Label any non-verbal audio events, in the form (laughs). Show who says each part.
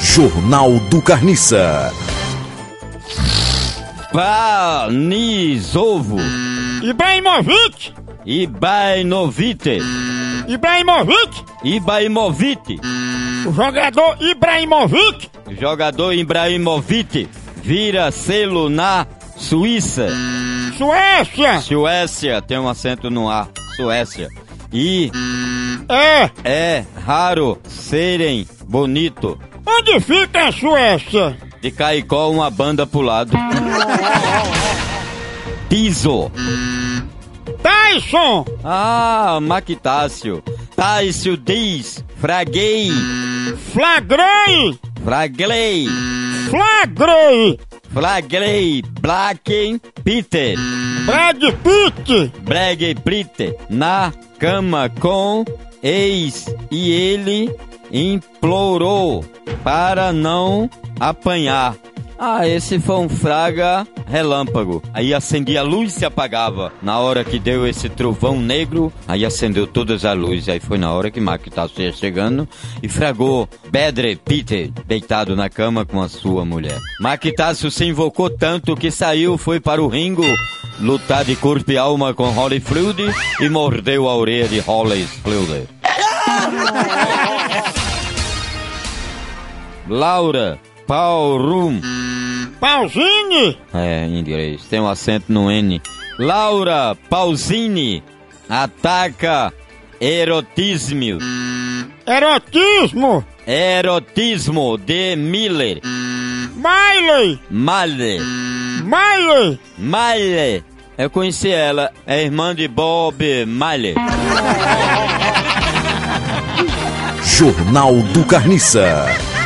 Speaker 1: Jornal do Carniça.
Speaker 2: Panizovo
Speaker 3: Ibrahimovic!
Speaker 2: Ibainovite
Speaker 3: Ibrahimovic!
Speaker 2: Ibaimovite
Speaker 3: O jogador Ibrahimovic
Speaker 2: Jogador Ibrahimovic vira selo na Suíça.
Speaker 3: Suécia
Speaker 2: Suécia tem um acento no A. Suécia. E
Speaker 3: é
Speaker 2: é raro serem bonito.
Speaker 3: onde fica a Suécia?
Speaker 2: De Caicó uma banda pro lado. (laughs) Tiso.
Speaker 3: Tyson
Speaker 2: Ah, Maquitácio. Tácio diz. Fraguei.
Speaker 3: flagrei
Speaker 2: Fraglei.
Speaker 3: flagrei
Speaker 2: Flagrei. Blacken. Peter.
Speaker 3: Brad Pitt
Speaker 2: Bregue Brite na cama com ex e ele implorou para não apanhar. Ah, esse foi um fraga relâmpago. Aí acendia a luz e se apagava. Na hora que deu esse trovão negro, aí acendeu todas as luzes. Aí foi na hora que Maquitácio ia chegando e fragou Bedre Peter deitado na cama com a sua mulher. Maquitácio se invocou tanto que saiu, foi para o ringo lutar de corpo e alma com Holyfield e mordeu a orelha de Holyfield. Laura Paurum,
Speaker 3: Pausini
Speaker 2: é em inglês, tem um acento no N. Laura Pausini ataca erotismo,
Speaker 3: erotismo
Speaker 2: erotismo de Miller,
Speaker 3: Miley
Speaker 2: Malle.
Speaker 3: Miley
Speaker 2: Miley. Eu conheci ela, é irmã de Bob Miley.
Speaker 1: Jornal do Carniça.